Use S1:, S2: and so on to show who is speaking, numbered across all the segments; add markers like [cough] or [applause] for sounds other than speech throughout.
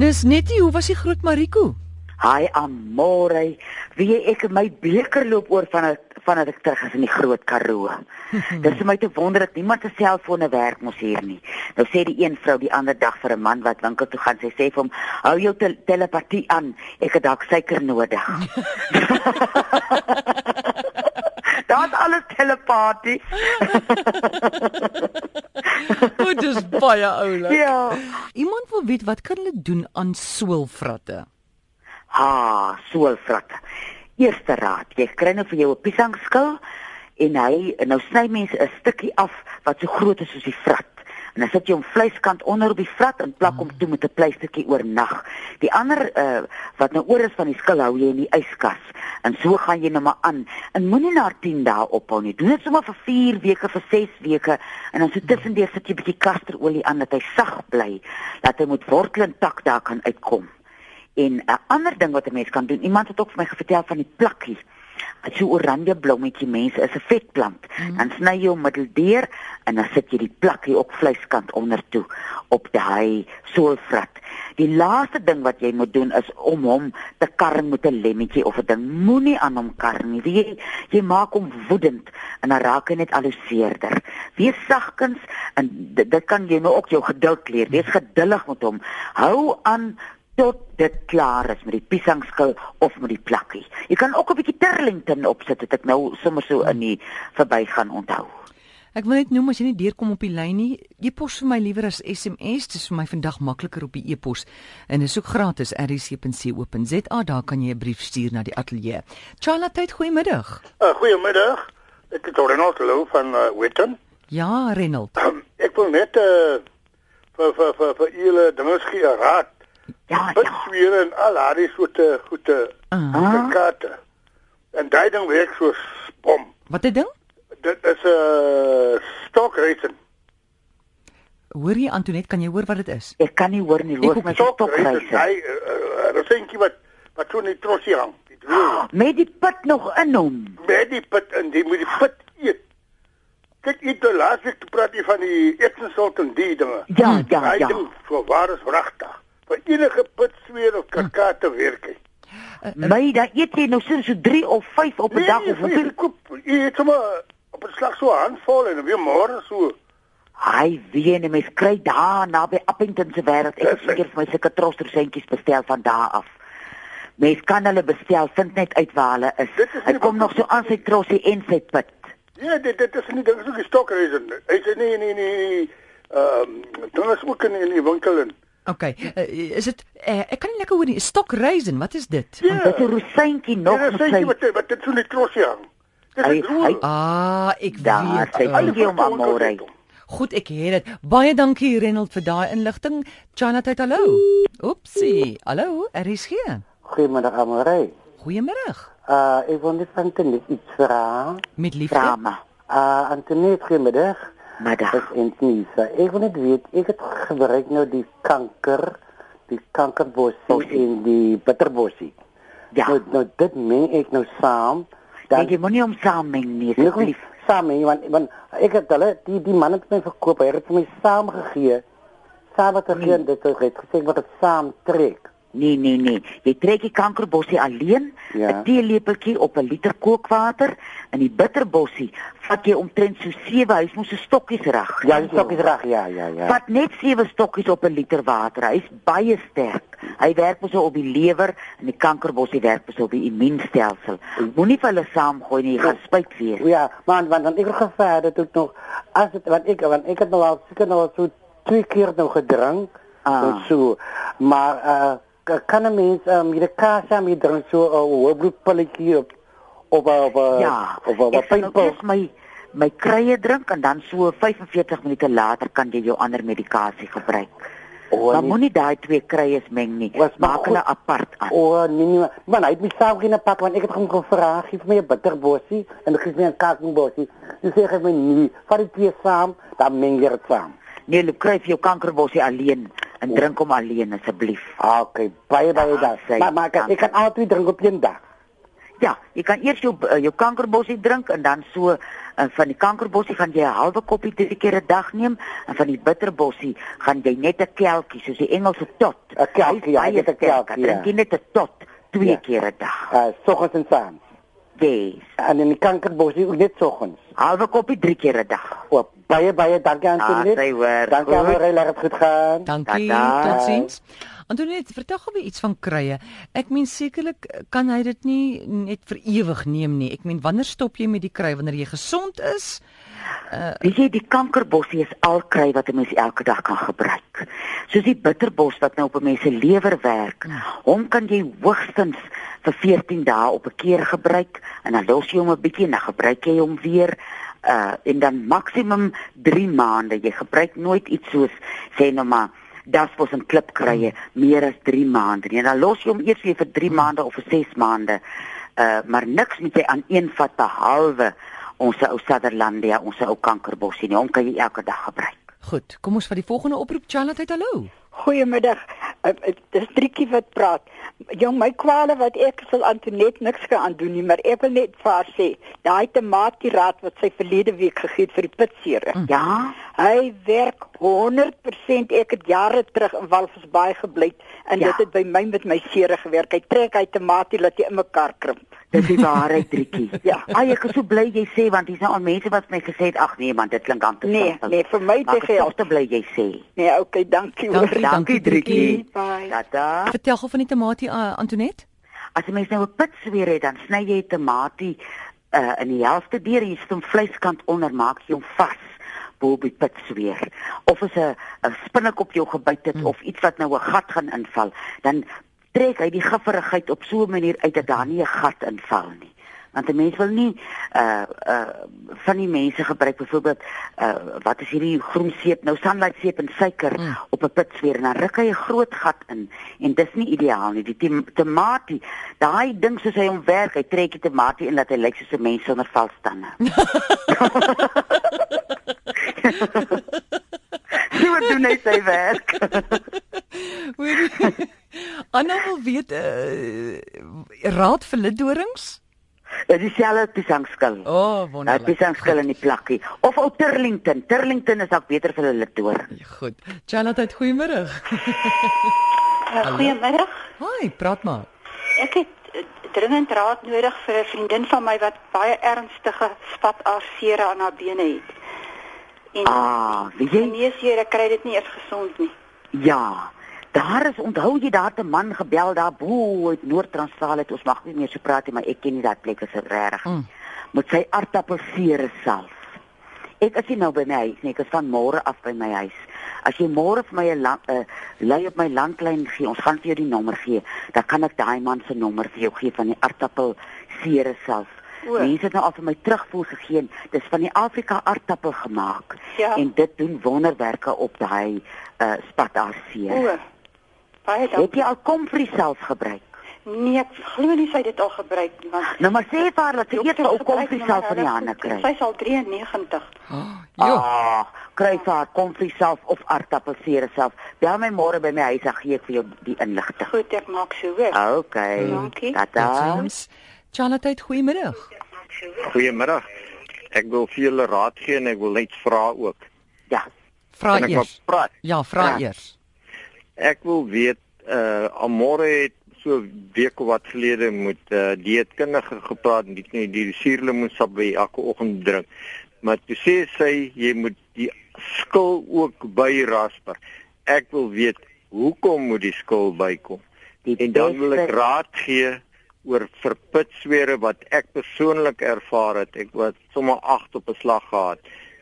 S1: Dis net nie hoe was die groot Mariko?
S2: Hi amore. Wie ek my beker loop oor van het, van het ek terug is in die Groot Karoo. Dis vir my te wonder dat niemand se selfone werk mos hier nie. Nou sê die een vrou die ander dag vir 'n man wat winkel toe gaan, sy sê vir hom, "Hou jou tel telepatie aan. Ek het dalk suiker nodig." [laughs] Daar's alles telepatie.
S1: [laughs] O, dis baie oulik.
S2: ja.
S1: Iemand wil weet wat kan hulle doen aan soelvratte?
S2: Ha, soulfratte. Ah, Eerste raad, jy kry nou vir jou 'n piesangskil en hy en nou sny mense 'n stukkie af wat so groot is soos die vrat. En dan sit jy hom vleiskant onder op die vrat en plak hom toe met 'n pleistertjie oornag. Die ander uh, wat nou oor is van die skil hou jy in die yskas. En so gaan jy nou maar aan. En moenie na 10 dae ophou nie. Doen dit sommer vir 4 weke, vir 6 weke en dan so tussendeur sit jy 'n bietjie kasterolie aan dat hy sag bly, dat hy met wortel en tak daar kan uitkom. En 'n ander ding wat 'n mens kan doen, iemand het ook vir my vertel van die plakkie. Wat so oranje blommetjie mense is 'n vetplant. Mm. Dan sny jy hom middeldeer en dan sit jy die plakkie op vleiskant onder toe op daai soulvrat. Die laaste ding wat jy moet doen is om hom te karring met 'n lemmetjie of 'n ding. Moenie aan hom karring nie. Weet Jy jy maak hom woedend en dan raak hy net al hoe seerder. Wees sagkens en dit, dit kan jy nou ook jou geduld leer. Wees geduldig met hom. Hou aan tot dit klaar is met die piesangskil of met die plakkie. Jy kan ook 'n bietjie Turlington opsit, het ek nou sommer so in die verbygaan onthou.
S1: Ek wil net noem as jy nie deurkom op die lyn nie, jy pos vir my liewer as SMS, dis vir my vandag makliker op die e-pos en is ook gratis rc.co.za, daar kan jy 'n brief stuur na die ateljee. Charlotte, tyd, goeiemiddag.
S3: Uh, goeiemiddag. Ek is Ronald Lou van uh, Witten. [clears throat]
S1: Ja, Renald.
S3: Ek wil net uh, vir vir vir vir julle dinge gee raad.
S2: Ja,
S3: Dit
S2: ja.
S3: sweer en al haar is goede goede
S1: Ah.
S3: kaarte. En daai ding werk soos bom.
S1: Wat 'n ding?
S3: Dit is 'n uh, stokreisen.
S1: Hoor jy Antonet, kan jy hoor wat dit is?
S2: Ek kan nie hoor nie,
S1: Ek
S2: los
S1: ook
S2: my
S1: nie.
S3: Stokreisen.
S2: stokreise.
S3: Daai uh, uh, resinkie wat wat so in die trossie hang. Die droog.
S2: [gasps] Met die put nog in hom.
S3: Met die pit en jy moet die pit eet. Kyk, eet nou die laaste te praat jy van die etensort en die dinge.
S2: Ja, ja,
S3: Hy
S2: ja.
S3: ding vir waar is wragtig. Vir enige pitsweer of kakate werk hy.
S2: My dan eet jy nou soms so 3 of 5 op 'n
S3: Nee,
S2: dag of
S3: jy
S2: hoeveel?
S3: koop jy het sommer op 'n slag so 'n handvol en weer môre so.
S2: Hy weet nie mens kry daar naby Appington se wêreld. Ek het
S3: Dis reg.
S2: seker vir my sulke trostrosentjies bestel van daar af. Mens kan hulle bestel, vind net uit waar hulle
S3: Dit
S2: is.
S3: is
S2: Hy
S3: nie
S2: kom
S3: wat-
S2: nog so aan sy trossie en sy put.
S3: Ja, dit dit is nie ding so gestokreisen. Hy sê nee nee nee. Ehm um, dan is ook in in die winkel en
S1: OK, uh, is dit uh, ek kan nie lekker hoor nie. Stokreizen, wat is dit?
S3: Ja.
S2: Dit is 'n rosyntjie nog
S3: Ja,
S2: met
S3: sê jy
S2: sy
S3: wat wat dit so in die trossie hang. Dit
S2: Hy-
S3: is droog.
S2: hy-
S1: Ah, ek
S2: Daar,
S1: weet.
S2: sy
S1: Uh,
S2: ding. gee hom aan môre.
S1: goed, ek het dit. Baie dankie Renald vir daai inligting. Charlotte, tyd, hallo. Oepsie. Hallo, RSG.
S4: Goedemiddag Amorey.
S1: Goeiemiddag.
S4: Uh, ik wil net van Antonie iets vragen.
S1: Met liefde.
S2: drama
S4: Uh, Antonie, goedemiddag. Dat
S2: middag.
S4: is Antonisa. Ik wil niet weten, ik het gebruik nou die kanker, die
S5: Oh,
S4: kankerbossie
S2: Bossie.
S4: en die bitterbossie.
S2: Ja.
S4: Nou, nou dit meng ek nou saam.
S2: Nee,
S4: Dan
S2: jy moenie hom saam meng nie
S4: Nee, ek wil nie
S2: asseblief.
S4: saam meng, want, want ek het hulle, die, die man het my verkoop, hy het vir my saam gegee. Saam wat gegee en dit is het gesê ek moet het saam trek.
S2: Nee, nee, nee. Jy trek die kankerbossie alleen, 'n
S4: Ja.
S2: teelepeltjie op 'n liter kookwater en die bitterbossie vat jy omtrent so sewe huismoes se stokkies reg.
S4: Ja, die stokkies reg. Ja, ja, ja.
S2: Vat net sewe stokkies op 'n liter water. Hy's baie sterk. Hy werk mos nou op die lewer en die kankerbossie werk mos op die immuunstelsel. Moenie vir hulle saamgooi nie, jy gaan spyt wees.
S4: Ja, maar want dan ik nog gevaar dat ook nog als het want ik want ik heb nog al ik heb nog al zo twee keer nou nog gedrang.
S2: Ah.
S4: Ah. Zo. Maar eh k- kan een mens um, met de kaas aan met drank zo uh, een bloedpilletje op op op op
S2: Ja,
S4: op op
S2: ek
S4: op
S2: sal nou
S4: pijnpil.
S2: eers my my kruie drink en dan so 45 minute later kan jy jou ander medikasie gebruik.
S4: O,
S2: maar
S4: nee.
S2: moenie daai twee kruies meng nie.
S4: Was maar
S2: Maak hulle
S4: goed.
S2: apart aan.
S4: Oh nee nee, maar- man, hij heeft me samen geen pak, want ik heb hem gevraagd, geef mij een bitterbossie en dan geef mij een kaasbossie. Dus hij geeft mij nu, van die twee samen, dan meng je het samen.
S2: Nee, loop kry vir jou kankerbossie alleen en drink hom alleen asseblief.
S4: Ah, Oké, baie baie
S2: Ja, sy-
S4: dank. Maar, maar ik, ik kan alle twee drinken op één dag.
S2: Ja, jy kan eers jou eh, jou kankerbossie drink en dan so En van die kankerbossie gaan jy 'n halwe koppie drie keer 'n dag neem en van die bitterbossie gaan jy net 'n kelkie, soos die Engelse tot.
S6: 'n kelkie, ja,
S2: Hy is
S6: net 'n
S2: baie sterk,
S6: kelkie, ja.
S2: Drink jy net 'n tot twee
S6: Ja.
S2: keer 'n dag.
S6: Uh soggens en saans.
S2: Yes.
S6: En in die kankerbosie ook net soggens.
S2: Halwe koppie drie keer 'n dag.
S6: O, baie baie dankie aan
S2: Ah,
S6: Antoinette.
S2: sy hoor.
S6: Dankie
S2: Goed.
S6: almal, laat dit goed gaan.
S1: Dankie.
S2: Tada.
S1: Totsiens. Antoinette, vertel gou weer iets van kruie. Ek meen sekerlik eh, kan hy dit nie net vir ewig neem nie. Ek meen wanneer stop jy met die krui wanneer jy gesond is?
S2: Weet jy, die kankerbossie is al kry wat 'n mens elke dag kan gebruik. Soos die bitterbos wat nou op 'n mens se lewer werk. Hom kan jy hoogstens vir 14 dae op 'n keer gebruik en dan los jy hom 'n bietjie en dan gebruik jy hom weer uh en dan maksimum 3 maande. Jy gebruik nooit iets soos sê nou maar daspos en klipkruie meer as 3 maande. nie. En dan los jy hom eers weer vir 3 maande of vir 6 maande. Uh maar niks moet jy aan een vat behalwe ons ou Sutherlandia, ons ou kankerbossie nie. Hom kan jy elke dag gebruik.
S1: Goed, kom ons vat die volgende oproep. Charlotte, hy het hallo.
S5: Goeiemiddag. Eh, eh, Dis Trikkie wat praat. Jong, my kwale wat ek sal Antonet niks kan aan doen nie, maar ek wil net vir haar sê, daai tomatieraad wat sy verlede week gegee het vir die pitsere. Mm.
S2: Ja,
S5: Hy werk 100%. Ek het jare terug in Walvisbaai gebly en ja.
S2: Ja.
S5: dit het by my met my sere gewerk. Hy trek hy tomatie laat hy in mekaar krimp.
S2: dis die waarheid, Trikkie.
S5: [laughs] Ja.
S2: Ai, ek is so bly jy sê want hier's nou al mense wat my gesê het, ag nee man, dit klink aan te
S5: Nee,
S2: simpel."
S5: nee, vir my
S2: Maar
S5: te
S2: ek is tog
S5: geld.
S2: te bly jy sê.
S5: Nee, okay, dankie
S1: Dankie, dankie, Driekie.
S5: Bye.
S4: Ja.
S2: Tata.
S1: Vertel gou van die tamatie uh, Antoinette.
S2: As 'n mens nou 'n pit sweer het, dan sny jy 'n tamatie uh in die helfte deur, jy sit hom vleiskant onder, maak jy hom vas bo op die pit sweer. Of as 'n 'n spinnek op jou gebyt het of iets wat nou 'n gat gaan inval, dan trek hy die gifferigheid op so 'n manier uit dat daar nie 'n gat inval nie. Want 'n mens wil nie uh uh van die mense gebruik byvoorbeeld uh wat is hierdie groen seep nou sunlight seep en suiker
S1: Hmm.
S2: mm. op 'n pit sweer en dan ruk hy 'n groot gat in en dis nie ideaal nie. Die tim- tamatie, daai ding soos hy hom werk, hy trek die tamatie en laat hy lyk soos 'n mens sonder
S1: [laughs]
S2: valstande. so doen hy sy werk.
S1: Hoorie. Anna wil weet uh, raad vir lidorings?
S2: Dit is dieselfde piesangskil.
S1: O, oh,
S2: Daai
S1: wonderlik.
S2: piesangskil in die plakkie of ou Turlington. Turlington is dalk beter vir hulle toring.
S1: Goed. Charlotte, goeiemôre.
S7: Goeiemiddag.
S1: Hi, praat maar.
S7: Ek het eh, dringend raad nodig vir 'n vriendin van my wat baie ernstige spatafsere aan haar bene het. En
S2: Ah, weet jy?
S7: nee, seer, ek kry dit nie eers gesond nie.
S2: Ja. Daar is onthou jy daar het 'n man gebel daar bo uit Noord-Transvaal het ons mag nie meer so praat nie, maar ek ken nie daai plek as regtig. Mm. Met sy aardappelsere self. Ek is nie nou by my huis nie, ek is van môre af by my huis. As jy môre vir my 'n la- 'n lei op my landlyn gee, ons gaan vir jou die nommer gee, dan kan ek daai man se nommer vir jou gee van die aardappelsere self.
S7: O.
S2: Mense het nou al vir my terugvoer gegee. en Dis van die Afrika aardappel gemaak.
S7: Ja.
S2: En dit doen wonderwerke op daai uh, spataarseer.
S7: O. Baie
S2: Het
S7: dankie.
S2: jy al komfries self gebruik?
S7: Nee, ek glo nie sy dit al gebruik nie, want
S2: Nou maar sê vir haar dat sy eers
S7: sy
S2: ou
S7: gebruik
S2: komfries
S7: nou maar
S2: self in die
S7: hulle
S2: hande
S7: goed.
S2: kry.
S7: Sy is al 93.
S1: Oh, ja.
S2: Ah, kry vir haar komfries self of aardappelseer self. Bel my môre by my huis, dan gee ek vir jou die inligting.
S7: Goed, ek maak so hoor.
S2: Okay.
S7: Dankie.
S2: Tata.
S1: Ons Charlotte, goeiemôre.
S3: Goeiemiddag. Ek wil vir julle raad gee en ek wil net vra ook.
S2: Ja.
S1: Vra
S3: Kan ek maar
S1: Ah, eers.
S3: praat?
S1: Ja, vra eers.
S3: Ek wil weet uh Amore het so 'n week of wat gelede met 'n uh, dieetkundige gepraat en die die, die suurlemoensap by elke oggend drink. Maar toe sê sy jy moet die skil ook byrasper. Ek wil weet hoekom moet die skil bykom?
S2: Die
S3: En dan wil ek
S2: beste-
S3: raad gee oor verpitswere wat ek persoonlik ervaar het. Ek was sommer 8 op 'n slag gehad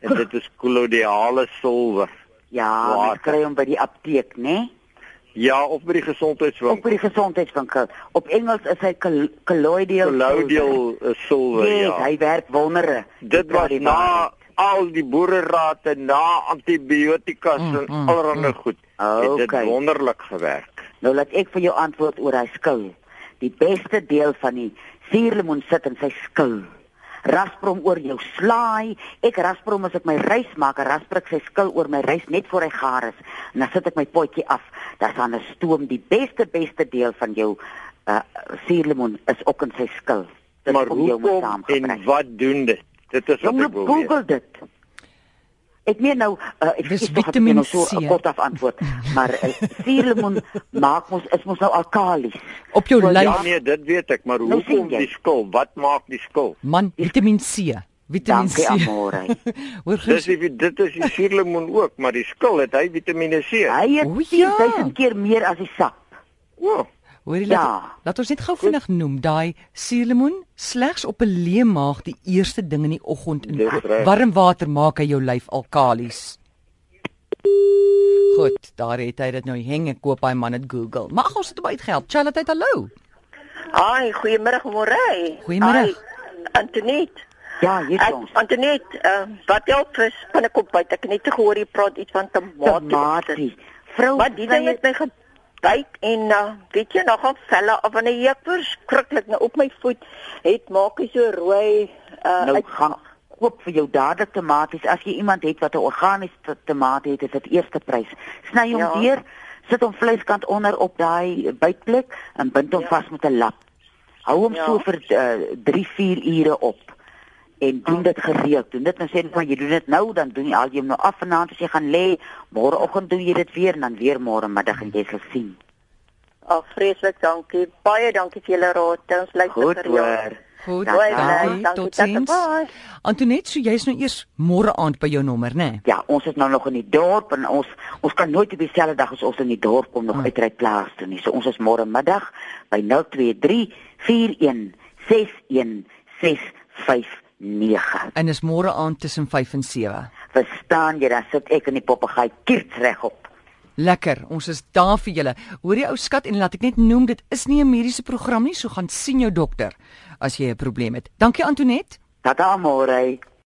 S3: en dit is kolodiale silwer.
S2: Ja,
S3: Water.
S2: mens kry hom by die apteek, né? Nee?
S3: Ja, of by die
S2: Ook by
S3: gesondheidswinkel.
S2: die gesondheidswinkel. Op Engels is hy col- colloidal.
S3: Kolodial uh, silwer,
S2: Yes,
S3: ja.
S2: Nee, hy werk wondere.
S3: Dit was
S2: Die
S3: na
S2: waarheid.
S3: al die boererate, na antibiotikas mm, en allerlei mm, goed. Het
S2: Okay.
S3: dit wonderlik gewerk.
S2: Nou laat ek vir jou antwoord oor hy skil. Die beste deel van die suurlemoen sit in sy skil. Rasper hom oor jou slaai. Ek rasper hom as ek my rys maak, en rasper ek sy skil oor my rys net voor hy gaar is. En dan sit ek my potjie af. Daar's dan 'n stoom. Die beste beste deel van jou uh suurlemoen is ook in sy skil. Dit
S3: maar
S2: kom jou mee
S3: hoekom en
S2: saamgebring.
S3: wat doen dit? Dit is wat
S2: Jonge,
S3: ek wil weet.
S2: Google dit. Ek meen nou, uh, ek
S1: Dis
S2: verkies tog dat ek
S1: Vitamiin
S2: nou so
S1: C.
S2: 'n kort af antwoord, maar uh,
S1: [laughs]
S2: suurlemoen maak ons is mos nou alkalis.
S1: Op jou
S2: Wel,
S1: lyf,
S3: Ja nee, dit weet ek, maar
S2: Nou
S3: hoekom
S2: sien jy.
S3: die skil? Wat maak die skil?
S1: man, Vitamiin C, Vitamiin C.
S2: Dankie, amore.
S1: [laughs] Hoor
S3: Dis
S1: gous.
S3: die dit is die suurlemoen ook, maar die skil het hy Vitamiene C.
S2: Hy het
S1: O, ja.
S2: 4000 keer meer as die sap.
S3: O,
S1: Hoor jy laat,
S2: Ja.
S1: laat ons net gou vinnig noem daai suurlemoen slegs op 'n leë maag die eerste ding in die oggend in
S3: Dis reg.
S1: warm water maak hy jou lyf alkalis. Goed, daar het hy dit nou hang ek koop hy man dit Google. Mag ons dit uitgehelp. Charlotte, hallo.
S4: Hi, goeiemôre Morey.
S1: Goeiemiddag.
S4: Antonet.
S2: Ja, hier is ons.
S4: Antonet, uh, wat help vir spinnekop byt? Ek het net gehoor jy praat iets van tomaties.
S2: Tomatie. Vrou,
S4: Wat die ding het my gebyt en uh, weet jy nogal velle af van 'n juk verskriklik nou op my voet het maak hy so rooi uh,
S2: nou
S4: uit-
S2: gaan koop vir jou dadelik tomaties as jy iemand het wat 'n organiese tomaat het, is dit eerste prys. Sny hom
S4: Ja.
S2: deur, sit hom vleiskant onder op daai bytplek en bind hom
S4: Ja.
S2: vas met 'n lap. Hou hom
S4: Ja.
S2: so vir 3, uh, 4 ure op en
S4: Ah.
S2: doen dit gereeld. Doen dit nou sê van jy doen dit nou, dan doen jy al jy hom nou af vanaand as jy gaan lê. Môreoggend doen jy dit weer en dan weer môre middag en jy sal sien.
S4: Ag, vreeslik Ah, dankie. Baie dankie vir julle raad. Ons luister
S2: Goed
S4: vir jou.
S2: hoor.
S1: Goed,
S4: Baie
S1: dankie.
S4: dankie,
S1: Tot
S4: dankie,
S1: sins.
S4: bye.
S1: Antonet, so jy's nou eers môre aand by jou nommer, né? Nee?
S2: Ja, ons is nou nog in die dorp en ons ons kan nooit op dieselfde dag as ons in die dorp kom nog uitry plaas toe nie. So ons is môre middag by 023 41 61 659.
S1: En is môre aand tussen 5 en 7.
S2: Verstaan jy? Dan sit ek in die papegaai kiert regop.
S1: Lekker. Ons is daar vir julle. Hoor jy ou skat en laat ek net noem dit is nie 'n mediese program nie, so gaan sien jou dokter as jy 'n probleem het. Dankie Antonet.
S2: Tata môre.